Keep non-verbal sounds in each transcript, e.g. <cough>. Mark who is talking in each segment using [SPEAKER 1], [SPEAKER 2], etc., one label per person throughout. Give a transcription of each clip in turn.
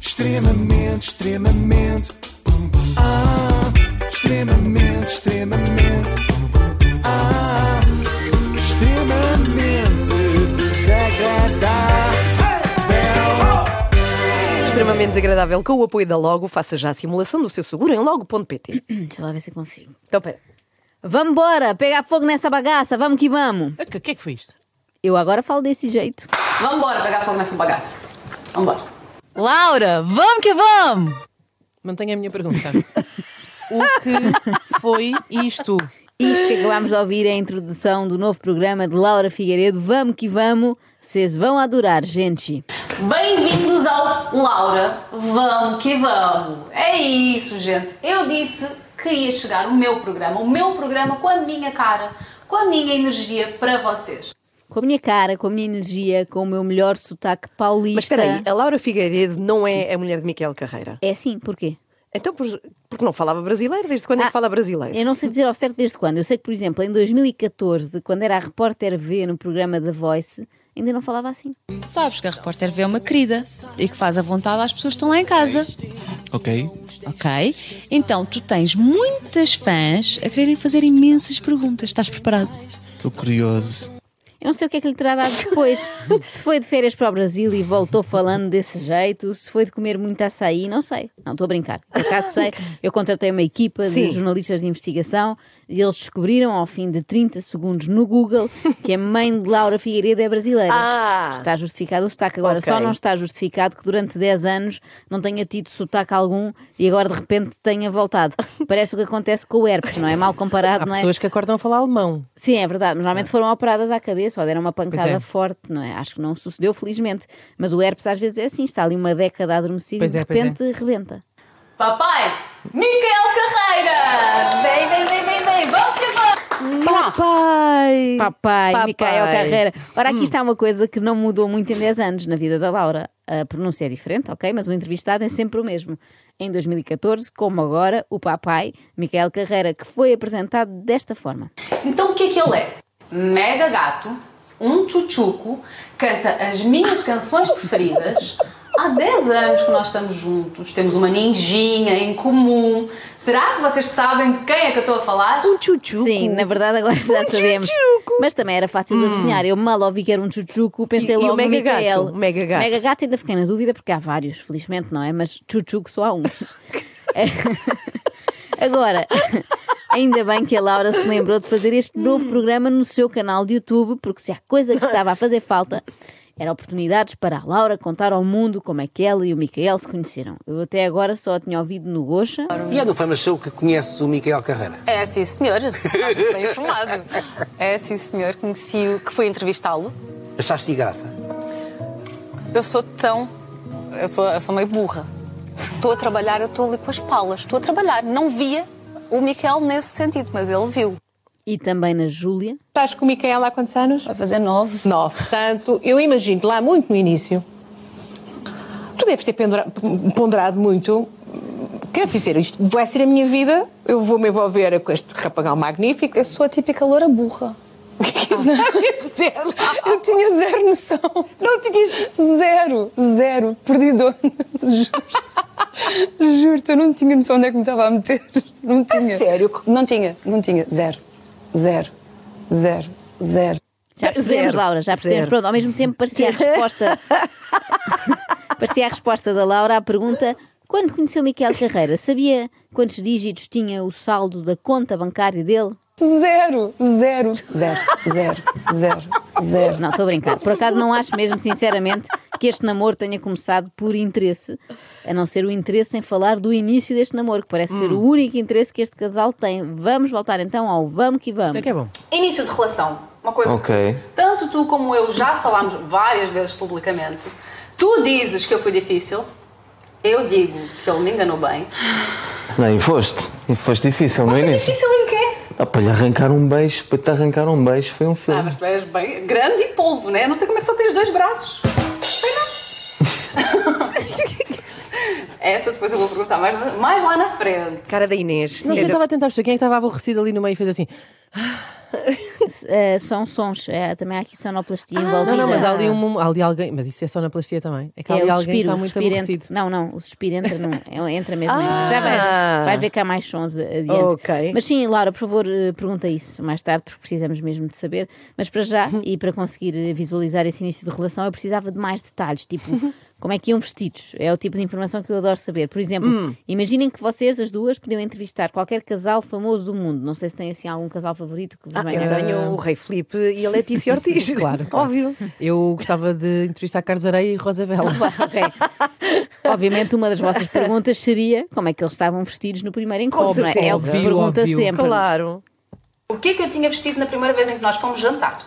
[SPEAKER 1] Extremamente, extremamente. Ah, extremamente, extremamente. Ah, extremamente desagradável.
[SPEAKER 2] Extremamente desagradável com o apoio da Logo. Faça já a simulação do seu seguro em logo.pt.
[SPEAKER 3] Deixa lá ver se eu consigo.
[SPEAKER 2] Então, pera.
[SPEAKER 3] Vambora, pegar fogo nessa bagaça, vamos que vamos.
[SPEAKER 4] O que, que é que foi isto?
[SPEAKER 3] Eu agora falo desse jeito.
[SPEAKER 5] Vambora pegar fogo nessa bagaça. Vambora.
[SPEAKER 3] Laura, vamos que vamos!
[SPEAKER 4] Mantenho a minha pergunta. o que foi isto?
[SPEAKER 3] Isto que acabámos de ouvir é a introdução do novo programa de Laura Figueiredo, Vamos que vamos. Vocês vão adorar, gente.
[SPEAKER 5] Bem-vindos ao Laura. Vamos que vamos. É isso, gente. Eu disse que ia chegar o meu programa, o meu programa com a minha cara, com a minha energia para vocês.
[SPEAKER 3] Com a minha cara, com a minha energia, com o meu melhor sotaque paulista.
[SPEAKER 2] Mas espera aí, a Laura Figueiredo não é a mulher de Miquel Carreira.
[SPEAKER 3] É assim, porquê?
[SPEAKER 2] Então, por- porque não falava brasileiro? Desde quando é
[SPEAKER 3] Ah,
[SPEAKER 2] que fala brasileiro?
[SPEAKER 3] Eu não sei dizer ao certo desde quando. Eu sei que, por exemplo, em 2014, quando era a repórter V no programa da Voice, ainda não falava assim.
[SPEAKER 6] Sabes que a repórter vê uma querida e que faz à vontade às pessoas que estão lá em casa,
[SPEAKER 7] Ok.
[SPEAKER 6] ok? Então tu tens muitas fãs a quererem fazer imensas perguntas. Estás preparado?
[SPEAKER 7] Estou curioso.
[SPEAKER 3] Eu não sei o que é que lhe terá dado depois.
[SPEAKER 2] <laughs>
[SPEAKER 3] se foi de férias para o Brasil e voltou falando desse jeito, se foi de comer muito açaí, não sei. Não, estou a brincar. Por acaso sei, eu contratei uma equipa
[SPEAKER 2] Sim.
[SPEAKER 3] de jornalistas de investigação e eles descobriram, ao fim de 30 segundos no Google, que a mãe de Laura Figueiredo é brasileira.
[SPEAKER 2] Ah!
[SPEAKER 3] Está justificado o sotaque. Agora,
[SPEAKER 2] Ok.
[SPEAKER 3] só não está justificado que durante 10 anos não tenha tido sotaque algum e agora de repente tenha voltado. Parece o que acontece com o herpes, não é? Mal comparado,
[SPEAKER 4] Há
[SPEAKER 3] não é?
[SPEAKER 4] pessoas que acordam a falar alemão.
[SPEAKER 3] Sim, é verdade. mas Normalmente foram operadas à cabeça ou deram uma pancada
[SPEAKER 4] Pois é.
[SPEAKER 3] forte, não é? Acho que não sucedeu, felizmente. Mas o herpes às vezes é assim, está ali uma década adormecida
[SPEAKER 4] Pois
[SPEAKER 3] e
[SPEAKER 4] é,
[SPEAKER 3] de
[SPEAKER 4] pois é.
[SPEAKER 3] repente rebenta.
[SPEAKER 5] Papai, Miquel Carreira. Vem, vem, vem, vem, vem. Vamos que vamos.
[SPEAKER 2] Papai!
[SPEAKER 3] Papai,
[SPEAKER 2] Papai.
[SPEAKER 3] Micael Carreira. Ora,
[SPEAKER 4] Hum.
[SPEAKER 3] aqui está uma coisa que não mudou muito em 10 anos na vida da Laura. A pronúncia é diferente, ok? Mas o entrevistado é sempre o mesmo. Em 2014, como agora, o papai, Micael Carreira, que foi apresentado desta forma.
[SPEAKER 5] Então o que que ele é? Mega gato, um tchutchuco, canta as minhas canções preferidas. Há 10 anos que nós estamos juntos, temos uma ninjinha em comum. Será que vocês sabem de quem é que eu estou a falar?
[SPEAKER 2] Um tchutchuco.
[SPEAKER 3] Sim, na verdade agora
[SPEAKER 2] Um
[SPEAKER 3] já sabemos. Mas também era fácil de adivinhar. Eu mal ouvi que era um chuchuco, pensei
[SPEAKER 2] Hum. E- e
[SPEAKER 3] logo
[SPEAKER 2] o mega
[SPEAKER 3] no Micael.
[SPEAKER 2] gato, o mega gato.
[SPEAKER 3] Mega gato ainda fiquei na dúvida porque há vários, felizmente, não é? Mas chuchuco só
[SPEAKER 2] <laughs>
[SPEAKER 3] há um. agora, ainda bem que a Laura se lembrou de fazer este novo programa no seu canal de YouTube, porque se há coisa que estava a fazer falta. Era oportunidades para a Laura contar ao mundo como é que ela e o Micael se conheceram. Eu até agora só a tinha ouvido no Goxa.
[SPEAKER 8] E é no Fama Show que conheces o Miquel Carreira?
[SPEAKER 9] É, sim, senhor. Está muito bem informado. É, sim, senhor. Conheci-o, que fui entrevistá-lo.
[SPEAKER 8] Achaste graça?
[SPEAKER 9] Eu sou tão. Eu sou, eu sou meio burra. Estou a trabalhar, eu estou ali com as palas. Estou a trabalhar. Não via o Miquel nesse sentido, mas ele viu.
[SPEAKER 3] E também na Júlia.
[SPEAKER 10] Estás com o Micaela há quantos anos?
[SPEAKER 9] Vai fazer nove.
[SPEAKER 10] Nove. Portanto, eu imagino lá muito no início, tu deves ter pendura- ponderado muito. Quero dizer, isto vai ser a minha vida, eu vou me envolver com este rapagão magnífico.
[SPEAKER 9] Eu sou a típica loura burra.
[SPEAKER 10] O que é que isso quer dizer?
[SPEAKER 9] <laughs> Eu tinha zero noção. Não tinhas zero, zero. Perdidona. <laughs> Juro-te. Juro-te, eu não tinha noção onde é que me estava a meter. Não tinha.
[SPEAKER 10] sério?
[SPEAKER 9] Não tinha, não tinha. Zero. Zero. Zero. Zero.
[SPEAKER 3] Já percebemos,
[SPEAKER 2] Zero.
[SPEAKER 3] Laura, já percebemos.
[SPEAKER 2] Zero.
[SPEAKER 3] Pronto, ao mesmo tempo
[SPEAKER 4] <laughs>
[SPEAKER 3] parecia a resposta. parecia a resposta da Laura à pergunta: quando conheceu Miquel Carreira, sabia quantos dígitos tinha o saldo da conta bancária dele?
[SPEAKER 9] Zero. Zero. Zero. Zero. Zero. Zero.
[SPEAKER 3] Não, estou a brincar. Por acaso não acho mesmo, sinceramente, que este namoro tenha começado por interesse, a não ser o interesse em falar do início deste namoro, que parece
[SPEAKER 4] Hum.
[SPEAKER 3] ser o único interesse que este casal tem. Vamos voltar então ao vamos que vamos.
[SPEAKER 4] Isso é que é bom.
[SPEAKER 5] Início de relação. Uma coisa
[SPEAKER 7] Ok.
[SPEAKER 5] que tanto tu como eu já falámos várias vezes publicamente. Tu dizes que eu fui difícil. Eu digo que ele me enganou bem.
[SPEAKER 7] Não, e foste. E foste difícil no início.
[SPEAKER 5] Difícil em quê?
[SPEAKER 7] Ah, para lhe arrancar um beijo, para te arrancar um beijo, foi um
[SPEAKER 5] Ah,
[SPEAKER 7] filme.
[SPEAKER 5] mas tu és bem grande e polvo, né? Não sei como é que só tens dois braços. Sei
[SPEAKER 7] <laughs>
[SPEAKER 5] não. Essa depois eu vou perguntar mais, mais lá na frente.
[SPEAKER 2] Cara da Inês.
[SPEAKER 4] Não sei,
[SPEAKER 2] Era-
[SPEAKER 4] estava a tentar perceber quem é que estava aborrecido ali no meio e fez assim. "Ah,
[SPEAKER 3] Eh, são sons. Eh, também há aqui sonoplastia envolvida.
[SPEAKER 4] Ah, Não, não, mas há ali, um, há ali alguém. Mas isso é só na plastia também. É que há
[SPEAKER 3] É,
[SPEAKER 4] ali
[SPEAKER 3] o
[SPEAKER 4] alguém que
[SPEAKER 3] suspiro,
[SPEAKER 4] está
[SPEAKER 3] o
[SPEAKER 4] muito
[SPEAKER 3] suspiro
[SPEAKER 4] aborrecido.
[SPEAKER 3] entra, Não, não, o suspiro entra,
[SPEAKER 4] <laughs>
[SPEAKER 3] num, é- entra mesmo. aí.
[SPEAKER 2] Ah!
[SPEAKER 3] Já vai, vai ver que há mais sons a- adiante.
[SPEAKER 2] Ok.
[SPEAKER 3] Mas sim, Laura, por favor, eh, pergunta isso mais tarde, porque precisamos mesmo de saber. Mas para já,
[SPEAKER 4] Uhum.
[SPEAKER 3] e para conseguir eh, visualizar esse início de relação, eu precisava de mais detalhes,
[SPEAKER 4] <laughs>
[SPEAKER 3] tipo como é que iam vestidos. É o tipo de informação que eu adoro saber. Por exemplo,
[SPEAKER 4] Hum.
[SPEAKER 3] imaginem que vocês, as duas, podiam entrevistar qualquer casal famoso do mundo. Não sei se tem assim algum casal favorito que vos
[SPEAKER 2] Ah,
[SPEAKER 3] venha
[SPEAKER 2] eu tenho o Rei Felipe e a Letícia Ortiz.
[SPEAKER 4] <laughs> Claro, claro.
[SPEAKER 2] Óbvio.
[SPEAKER 4] Eu gostava de entrevistar Carlos Areia e
[SPEAKER 3] <laughs>
[SPEAKER 4] Rosa Bela. <laughs>
[SPEAKER 3] Ok. Obviamente, uma das vossas perguntas seria como é que eles estavam vestidos no primeiro encontro. não é? É o que se
[SPEAKER 4] certeza.
[SPEAKER 3] pergunta
[SPEAKER 4] Óbvio, óbvio.
[SPEAKER 3] sempre.
[SPEAKER 2] Claro.
[SPEAKER 5] O que é que eu tinha vestido na primeira vez em que nós fomos jantar?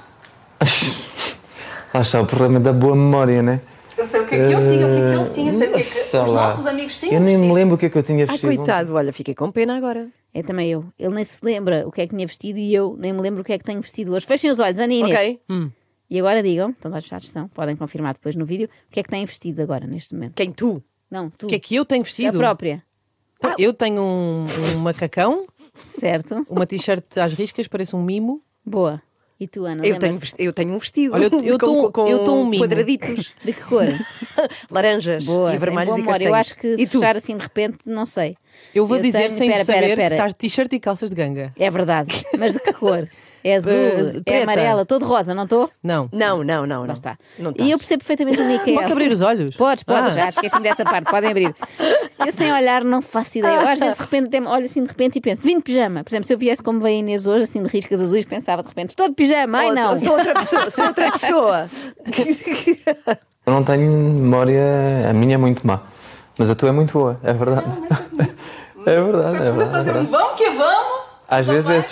[SPEAKER 7] Lá está é o problema da boa memória, né?
[SPEAKER 5] Eu sei o que é que eu tinha, o que é que ele tinha, sei o que é que os
[SPEAKER 7] Sei lá.
[SPEAKER 5] nossos amigos tinham.
[SPEAKER 7] Eu nem me
[SPEAKER 5] vestido.
[SPEAKER 7] lembro o que é que eu
[SPEAKER 2] Ai,
[SPEAKER 7] tinha
[SPEAKER 4] um
[SPEAKER 7] vestido.
[SPEAKER 2] coitado, olha, fiquei com pena agora.
[SPEAKER 3] É também eu. Ele nem se lembra o que é que tinha vestido e eu nem me lembro o que é que tenho vestido hoje. Fechem os olhos, Ana e Inês.
[SPEAKER 2] Ok.
[SPEAKER 3] E agora digam, estão todos fechados, estão, podem confirmar depois no vídeo, o que é que têm vestido agora, neste momento.
[SPEAKER 2] Quem tu?
[SPEAKER 3] Não, tu.
[SPEAKER 4] O que é que eu tenho
[SPEAKER 3] A
[SPEAKER 4] vestido?
[SPEAKER 3] própria. Ah.
[SPEAKER 4] Então, eu tenho um, um macacão,
[SPEAKER 3] Certo?
[SPEAKER 4] uma t-shirt às riscas, parece um mimo.
[SPEAKER 3] Boa. E tu, Ana,
[SPEAKER 2] Eu
[SPEAKER 3] lembras-te
[SPEAKER 2] tenho, vesti- eu tenho um vestido.
[SPEAKER 4] Olha, eu-
[SPEAKER 2] <laughs>
[SPEAKER 4] eu
[SPEAKER 2] com,
[SPEAKER 4] tô-
[SPEAKER 2] com
[SPEAKER 4] eu tô um mimo.
[SPEAKER 2] quadraditos,
[SPEAKER 3] de que cor?
[SPEAKER 2] <laughs> laranjas
[SPEAKER 3] Boa.
[SPEAKER 2] e
[SPEAKER 3] tem
[SPEAKER 2] vermelhos
[SPEAKER 3] boa
[SPEAKER 2] e
[SPEAKER 3] memória.
[SPEAKER 2] castanhos.
[SPEAKER 3] Eu acho que
[SPEAKER 2] e
[SPEAKER 3] se
[SPEAKER 2] tu?
[SPEAKER 3] fechar assim de repente, não sei.
[SPEAKER 4] Eu vou
[SPEAKER 3] Eu
[SPEAKER 4] dizer
[SPEAKER 3] tenho-
[SPEAKER 4] sem
[SPEAKER 3] pera, pera,
[SPEAKER 4] saber
[SPEAKER 3] pera.
[SPEAKER 4] que estás t-shirt e calças de ganga.
[SPEAKER 3] É verdade. Mas de que cor? É azul,
[SPEAKER 4] Mas,
[SPEAKER 3] é
[SPEAKER 4] preta.
[SPEAKER 3] amarela, todo rosa, não estou?
[SPEAKER 4] Não.
[SPEAKER 2] Não, não, não.
[SPEAKER 3] Lá
[SPEAKER 2] não.
[SPEAKER 3] está.
[SPEAKER 2] Não
[SPEAKER 3] e eu
[SPEAKER 2] estás.
[SPEAKER 3] percebo perfeitamente o Miquel.
[SPEAKER 4] Posso abrir os olhos?
[SPEAKER 3] Podes, podes,
[SPEAKER 4] Ah.
[SPEAKER 3] já esqueci-me dessa parte, podem abrir. Eu sem olhar não faço ideia. Eu, às vezes de repente até me olho assim de repente e penso, vim de pijama. Por exemplo, se eu viesse como veio a Inês hoje, assim de riscas azuis, pensava de repente, estou de pijama, ai
[SPEAKER 2] Oh,
[SPEAKER 3] não.
[SPEAKER 2] Sou outra pessoa. Sou
[SPEAKER 3] <laughs>
[SPEAKER 2] outra pessoa.
[SPEAKER 7] Eu não tenho memória. A minha é muito má. Mas a tua é muito boa, é verdade. <laughs> É
[SPEAKER 5] Foi
[SPEAKER 7] verdade, é
[SPEAKER 5] preciso
[SPEAKER 7] verdade. é
[SPEAKER 5] fazer um
[SPEAKER 7] verdade.
[SPEAKER 5] vamos que vamos.
[SPEAKER 7] Às vezes é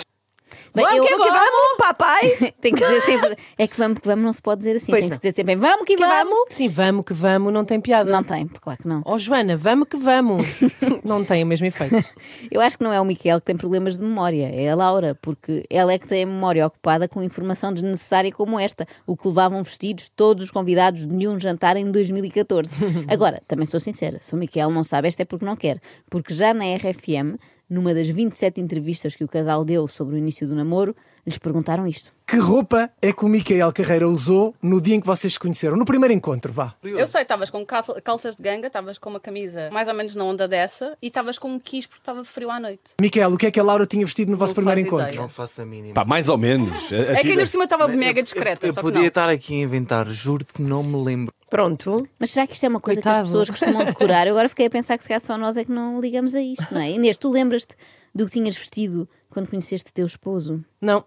[SPEAKER 3] Bem, eu-
[SPEAKER 2] que vamos, papai!
[SPEAKER 3] Tem que dizer sempre, é que vamos que vamos, não se pode dizer assim.
[SPEAKER 2] Pois
[SPEAKER 3] tem
[SPEAKER 2] não.
[SPEAKER 3] que se dizer sempre, vamos que, vamos.
[SPEAKER 4] Sim, vamos que vamos, não tem piada.
[SPEAKER 3] Não tem, claro que não.
[SPEAKER 4] Oh Joana, vamos que
[SPEAKER 3] <laughs>
[SPEAKER 4] vamos. não tem o mesmo efeito.
[SPEAKER 3] Eu acho que não é o Miquel que tem problemas de memória, é a Laura, porque ela é que tem a memória ocupada com informação desnecessária como esta, o que levavam vestidos todos os convidados de um jantar em 2014. Agora, também sou sincera, se o Miquel não sabe, esta é porque não quer, porque já na RFM, numa das 27 entrevistas que o casal deu sobre o início do namoro, lhes perguntaram isto.
[SPEAKER 1] Que roupa é que o Micael Carreira usou no dia em que vocês se conheceram? No primeiro encontro, vá.
[SPEAKER 9] Eu sei, estavas com calça- calças de ganga, estavas com uma camisa mais ou menos na onda dessa e estavas com um quis porque estava frio à noite.
[SPEAKER 1] Micael, o que é que a Laura tinha vestido no vosso
[SPEAKER 9] Não
[SPEAKER 1] primeiro
[SPEAKER 9] faço
[SPEAKER 1] encontro?
[SPEAKER 9] ideia.
[SPEAKER 7] faço a mínima.
[SPEAKER 11] Pá, mais ou menos. tipo-
[SPEAKER 9] É que ainda por cima estava mega discreta,
[SPEAKER 7] É tipo Eu
[SPEAKER 9] só que
[SPEAKER 7] podia
[SPEAKER 9] não.
[SPEAKER 7] estar aqui a inventar, juro que não me lembro.
[SPEAKER 2] Pronto.
[SPEAKER 3] Mas será que isto é uma coisa que as
[SPEAKER 4] Coitado.
[SPEAKER 3] pessoas costumam decorar? Eu agora fiquei a pensar que se calhar só nós é que não ligamos a isto, não é? Inês, tu lembras-te do que tinhas vestido quando conheceste teu esposo?
[SPEAKER 4] Não.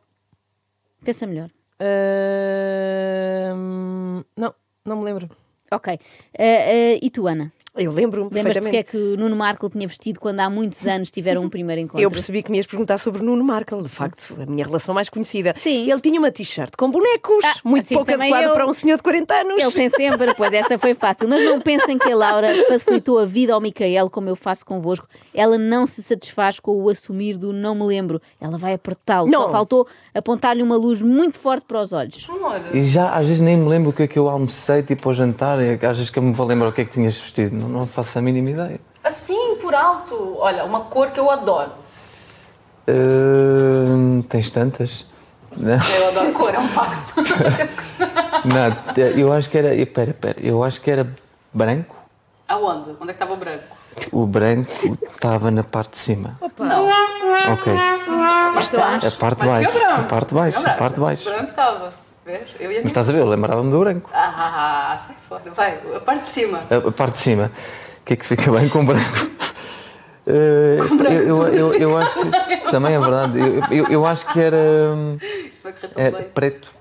[SPEAKER 3] Pensa melhor.
[SPEAKER 4] Ahm, não, não me lembro.
[SPEAKER 3] Ok. Eh, eh, e tu, Ana?
[SPEAKER 2] Eu lembro-me
[SPEAKER 3] Lembras-te o que é
[SPEAKER 2] perfeitamente.
[SPEAKER 3] que o Nuno Marco tinha vestido quando há muitos anos tiveram um primeiro encontro?
[SPEAKER 2] Eu percebi que me ias perguntar sobre Nuno Markle, de facto, a minha relação mais conhecida.
[SPEAKER 3] Sim.
[SPEAKER 2] Ele tinha uma t-shirt com bonecos,
[SPEAKER 3] Ah,
[SPEAKER 2] muito
[SPEAKER 3] assim
[SPEAKER 2] pouco
[SPEAKER 3] também
[SPEAKER 2] adequado
[SPEAKER 3] eu.
[SPEAKER 2] para um senhor de 40 anos.
[SPEAKER 3] Ele tem sempre, pois esta foi fácil. Mas não pensem que a Laura facilitou a vida ao Micael como eu faço convosco. Ela não se satisfaz com o assumir do não me lembro. Ela vai apertá-lo. Só
[SPEAKER 2] Não.
[SPEAKER 3] faltou apontar-lhe uma luz muito forte para os olhos. <laughs>
[SPEAKER 7] E já às vezes nem me lembro o que é que eu almocei, tipo ao jantar, e às vezes que eu me vou lembrar o que é que tinhas vestido. Não, não faço a mínima ideia.
[SPEAKER 5] Assim, por alto. Olha, uma cor que eu adoro.
[SPEAKER 7] Ahn, Hum, tens tantas? Não, <laughs>
[SPEAKER 5] Eu adoro cor, é um facto.
[SPEAKER 7] não, eu acho que era. Pera, pera, eu acho que era branco.
[SPEAKER 5] Aonde? Onde é que estava o branco?
[SPEAKER 7] O branco estava na parte de cima.
[SPEAKER 5] Não.
[SPEAKER 7] Ok. A parte de
[SPEAKER 5] Mas tinha
[SPEAKER 7] baixo.
[SPEAKER 5] branco.
[SPEAKER 7] A parte de baixo.
[SPEAKER 5] Tinha
[SPEAKER 7] A
[SPEAKER 5] branco.
[SPEAKER 7] parte de baixo.
[SPEAKER 5] Branco estava. Vês? Eu e a
[SPEAKER 7] Mas
[SPEAKER 5] minha.
[SPEAKER 7] estás a ver? Eu lembrava-me do branco.
[SPEAKER 5] Ah, sai fora. Vai, a parte de cima.
[SPEAKER 7] A, a parte de cima. O que é que fica bem com
[SPEAKER 5] <laughs>
[SPEAKER 7] branco? Eh, eu, eu, eu, eu acho
[SPEAKER 5] <laughs>
[SPEAKER 7] que também é verdade. Eu, eu, eu acho que era, hum,
[SPEAKER 5] Isto vai correr tão
[SPEAKER 7] era
[SPEAKER 5] bem.
[SPEAKER 7] preto.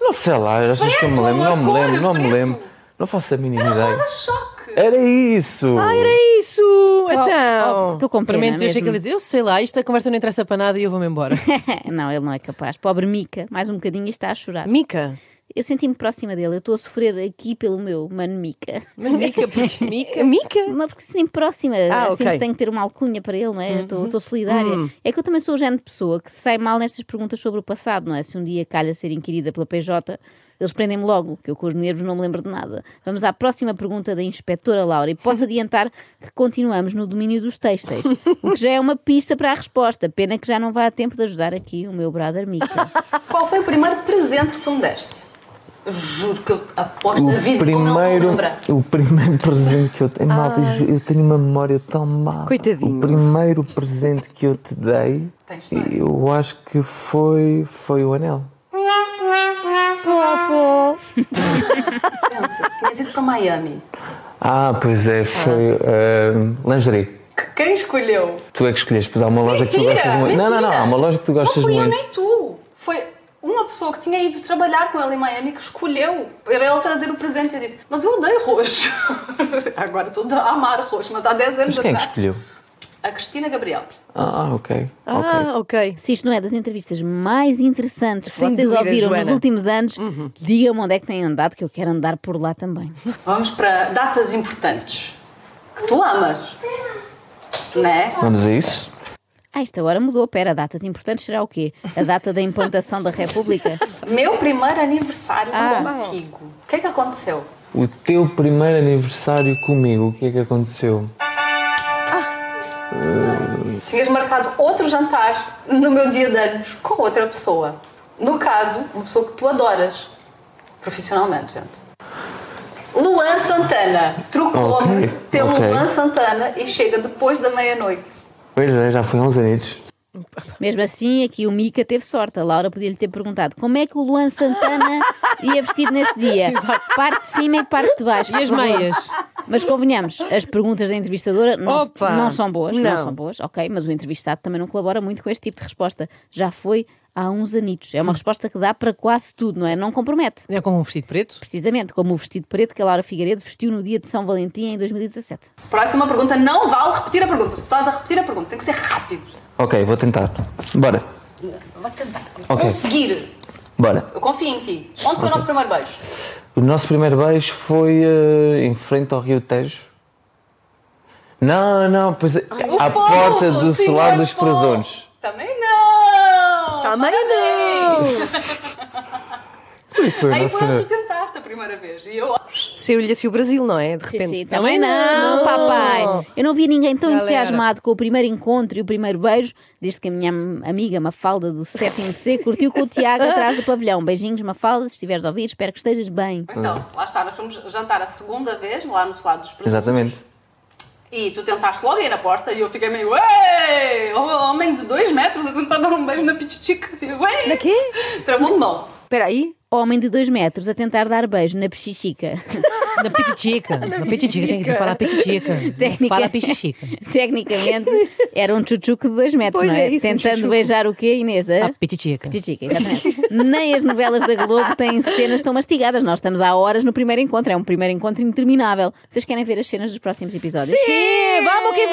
[SPEAKER 7] Não sei lá, achas que eu me
[SPEAKER 5] Preto,
[SPEAKER 7] lembro? Não me
[SPEAKER 5] amor,
[SPEAKER 7] lembro, não me
[SPEAKER 5] preto.
[SPEAKER 7] lembro. Não faço a mínima ideia.
[SPEAKER 5] Choque. Ah,
[SPEAKER 7] Era isso!
[SPEAKER 2] Era É isso!
[SPEAKER 3] Oh, oh,
[SPEAKER 2] Então.
[SPEAKER 3] Estou com pena
[SPEAKER 4] Primeiro, eu achei que
[SPEAKER 3] mesmo.
[SPEAKER 4] ele dizia, eu sei lá, isto a conversa não interessa para nada e eu vou-me embora.
[SPEAKER 3] Não, ele não é capaz. Pobre Mica, mais um bocadinho e está a chorar.
[SPEAKER 2] Mica.
[SPEAKER 3] Eu senti-me próxima dele. Eu estou a sofrer aqui pelo meu mano Mica.
[SPEAKER 4] Mas
[SPEAKER 2] <laughs>
[SPEAKER 4] Mica, porque Mica.
[SPEAKER 2] Mica?
[SPEAKER 3] Mas porque assim próxima,
[SPEAKER 2] Ah,
[SPEAKER 3] assim
[SPEAKER 2] ok. Uhum. Hum.
[SPEAKER 3] que tenho que ter uma alcunha para ele, não é? Eu Estou estou solidária. É que eu também sou o género de pessoa que se sai mal nestas perguntas sobre o passado, não é? Se um dia calha ser inquirida pela PJ Eles prendem-me logo, que eu com os nervos não me lembro de nada. Vamos à próxima pergunta da inspetora Laura e
[SPEAKER 2] <laughs>
[SPEAKER 3] posso adiantar que continuamos no domínio dos têxteis, o que já é uma pista para a resposta. Pena que já não vá a tempo de ajudar aqui o meu brother Mika.
[SPEAKER 5] Qual foi o primeiro presente que tu me deste? Eu Juro que eu aposto na vida que ele não me
[SPEAKER 7] primeiro,
[SPEAKER 5] lembra.
[SPEAKER 7] o primeiro presente que eu tenho, malta, eu ju- eu tenho uma memória tão má.
[SPEAKER 2] Coitadinho.
[SPEAKER 7] O primeiro presente que eu te dei, eu acho que foi, foi o anel.
[SPEAKER 5] Pensa, tinhas ido para Miami.
[SPEAKER 7] Ah, pois é, foi ah, lingerie.
[SPEAKER 5] Quem escolheu?
[SPEAKER 7] Tu é que escolheste, pois há uma loja que tu
[SPEAKER 5] Mentira,
[SPEAKER 7] gostas muito. Não, não, não,
[SPEAKER 5] mentira.
[SPEAKER 7] há uma loja que tu
[SPEAKER 5] Não
[SPEAKER 7] gostas
[SPEAKER 5] fui eu
[SPEAKER 7] muito.
[SPEAKER 5] nem tu. Foi uma pessoa que tinha ido trabalhar com ele em Miami que escolheu para ele trazer o presente. Eu disse, mas eu odeio roxo. <laughs> Agora estou a amar roxo, mas há 10 anos
[SPEAKER 7] Mas quem é que
[SPEAKER 5] atrás.
[SPEAKER 7] escolheu?
[SPEAKER 5] A Cristina Gabriel.
[SPEAKER 7] Ah, ok.
[SPEAKER 2] Ah, ok.
[SPEAKER 3] Se isto não é das entrevistas mais interessantes que
[SPEAKER 2] Sem
[SPEAKER 3] vocês
[SPEAKER 2] dúvida,
[SPEAKER 3] ouviram nos
[SPEAKER 2] Joana. Uhum.
[SPEAKER 3] últimos anos, digam-me onde é que têm andado, que eu quero andar por lá também.
[SPEAKER 5] Vamos para datas importantes. Que tu amas. Né?
[SPEAKER 7] Vamos a isso?
[SPEAKER 3] Ah, isto agora mudou. Pera, datas importantes será o quê? A data da implantação da República?
[SPEAKER 5] Meu primeiro aniversário
[SPEAKER 3] Ah.
[SPEAKER 5] contigo. O que é que aconteceu?
[SPEAKER 7] O teu primeiro aniversário comigo, o que é que aconteceu?
[SPEAKER 5] Tinhas marcado outro jantar no meu dia de anos com outra pessoa. No caso, uma pessoa que tu adoras. Profissionalmente, gente. Luan Santana. Trocou-me
[SPEAKER 7] Ok,
[SPEAKER 5] pelo
[SPEAKER 7] ok.
[SPEAKER 5] Luan Santana e chega depois da meia-noite.
[SPEAKER 7] Pois é, já foi há uns anitos.
[SPEAKER 3] Mesmo assim, aqui o Mica teve sorte. A Laura podia-lhe ter perguntado como é que o Luan Santana ia vestido nesse
[SPEAKER 4] <laughs>
[SPEAKER 3] dia. Parte de cima e parte de baixo.
[SPEAKER 4] E as
[SPEAKER 3] por favor.
[SPEAKER 4] meias?
[SPEAKER 3] Mas convenhamos, as perguntas da entrevistadora não,
[SPEAKER 2] Opa!
[SPEAKER 3] não são boas, não.
[SPEAKER 2] Não.
[SPEAKER 3] são boas, ok, mas o entrevistado também não colabora muito com este tipo de resposta. Já foi há uns anitos. É uma resposta que dá para quase tudo, não é? Não compromete.
[SPEAKER 4] É como um vestido preto?
[SPEAKER 3] Precisamente como o vestido preto que a Laura Figueiredo vestiu no dia de São Valentim em 2017.
[SPEAKER 5] Próxima pergunta, não vale repetir a pergunta. Tu estás a repetir a pergunta, tem que ser rápido.
[SPEAKER 7] Ok, vou tentar. Bora,
[SPEAKER 5] Vai tentar.
[SPEAKER 7] Ok.
[SPEAKER 5] Conseguir.
[SPEAKER 7] bora.
[SPEAKER 5] Eu confio em ti. Onde foi o nosso primeiro beijo?
[SPEAKER 7] O nosso primeiro beijo foi eh, em frente ao Rio Tejo. Não, não, pois é, à
[SPEAKER 5] Fogo,
[SPEAKER 7] porta do
[SPEAKER 5] senhor
[SPEAKER 7] solar dos
[SPEAKER 5] fogo.
[SPEAKER 7] presones.
[SPEAKER 5] Também não!
[SPEAKER 2] Também
[SPEAKER 5] não!
[SPEAKER 7] Foi o
[SPEAKER 5] Aí
[SPEAKER 7] nosso
[SPEAKER 5] foi onde
[SPEAKER 7] primeiro.
[SPEAKER 5] tu tentaste a primeira vez. E
[SPEAKER 7] Ah.
[SPEAKER 5] eu
[SPEAKER 2] Saiu-lhe assim o Brasil, não é? De repente.
[SPEAKER 3] Sim, também não, papai. Eu não vi ninguém tão
[SPEAKER 4] Galera.
[SPEAKER 3] entusiasmado com o primeiro encontro e o primeiro beijo, desde que a minha am- amiga Mafalda do sétimo C curtiu com o Tiago atrás do pavilhão. Beijinhos, Mafalda, se estiveres a ouvir, espero que estejas bem.
[SPEAKER 5] Então, lá está, nós fomos jantar a segunda vez lá no solado dos presuntos.
[SPEAKER 7] Exatamente.
[SPEAKER 5] E tu tentaste logo ir na porta e eu fiquei meio, ei, oh, homem de dois metros a tentar dar um beijo na pititica. Na
[SPEAKER 2] quê?
[SPEAKER 5] Travou de mão.
[SPEAKER 2] Espera aí.
[SPEAKER 3] Homem de dois metros a tentar dar beijo na pichichica.
[SPEAKER 4] Na petitica. Na petitica, tem que se falar petitica.
[SPEAKER 3] Técnica.
[SPEAKER 4] Fala pichichica.
[SPEAKER 3] <laughs> Tecnicamente, era um tchuchuco de dois metros,
[SPEAKER 2] Pois
[SPEAKER 3] não
[SPEAKER 2] é
[SPEAKER 3] é?
[SPEAKER 2] isso, um
[SPEAKER 3] Tentando
[SPEAKER 2] tchutchuco.
[SPEAKER 3] beijar o quê, Inês? A
[SPEAKER 4] Ah, petitica.
[SPEAKER 3] Tchichica, exatamente. Nem as novelas da Globo têm cenas tão mastigadas. Nós estamos há horas no primeiro encontro. É um primeiro encontro interminável. Vocês querem ver as cenas dos próximos episódios?
[SPEAKER 2] Sim, É, vamos que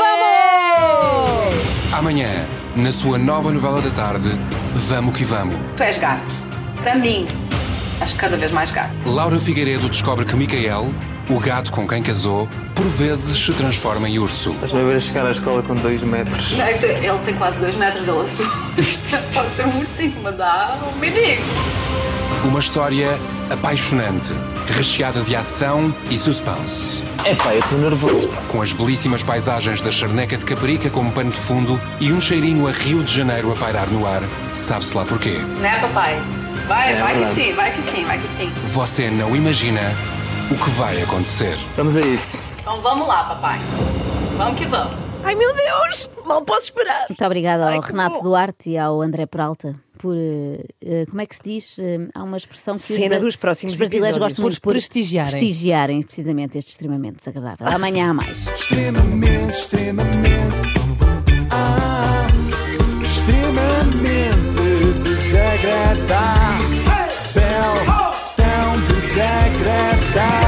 [SPEAKER 2] vamos!
[SPEAKER 11] Amanhã, na sua nova novela da tarde, Vamos que Vamos.
[SPEAKER 5] Tu és gato. Para mim, és cada vez mais gato.
[SPEAKER 11] Laura Figueiredo descobre que Micael, o gato com quem casou, por vezes se transforma em urso.
[SPEAKER 7] Estás-me a ver a chegar à escola com 2 metros.
[SPEAKER 5] Não, é que Ele tem quase dois metros, ele assusta. <laughs> Pode ser um ursinho, mas dá um medinho.
[SPEAKER 11] Uma história apaixonante, recheada de ação e suspense.
[SPEAKER 7] Epá, eu estou nervoso.
[SPEAKER 11] Com as belíssimas paisagens da Charneca de Caparica como pano de fundo e um cheirinho a Rio de Janeiro a pairar no ar, sabe-se lá porquê.
[SPEAKER 5] Né, papai? Vai,
[SPEAKER 7] É
[SPEAKER 5] vai
[SPEAKER 7] verdade.
[SPEAKER 5] que sim, vai que sim, vai que sim.
[SPEAKER 11] Você não imagina o que vai acontecer.
[SPEAKER 7] Vamos a isso.
[SPEAKER 5] Então vamos lá, papai. Vamos que vamos.
[SPEAKER 2] Ai meu Deus! Mal posso esperar!
[SPEAKER 3] Muito obrigada ao Renato Duarte e ao André Peralta por. eh, eh, como é que se diz? Eh, há uma expressão que. os
[SPEAKER 2] Cena
[SPEAKER 3] bra-
[SPEAKER 2] dos próximos
[SPEAKER 3] Os brasileiros
[SPEAKER 2] episódios.
[SPEAKER 3] gostam
[SPEAKER 4] Por
[SPEAKER 3] muito
[SPEAKER 4] prestigiarem.
[SPEAKER 3] prestigiarem, precisamente, este extremamente desagradável. Amanhã há mais.
[SPEAKER 12] Extremamente, extremamente. Ah, extremamente desagradável. Tão desagradável.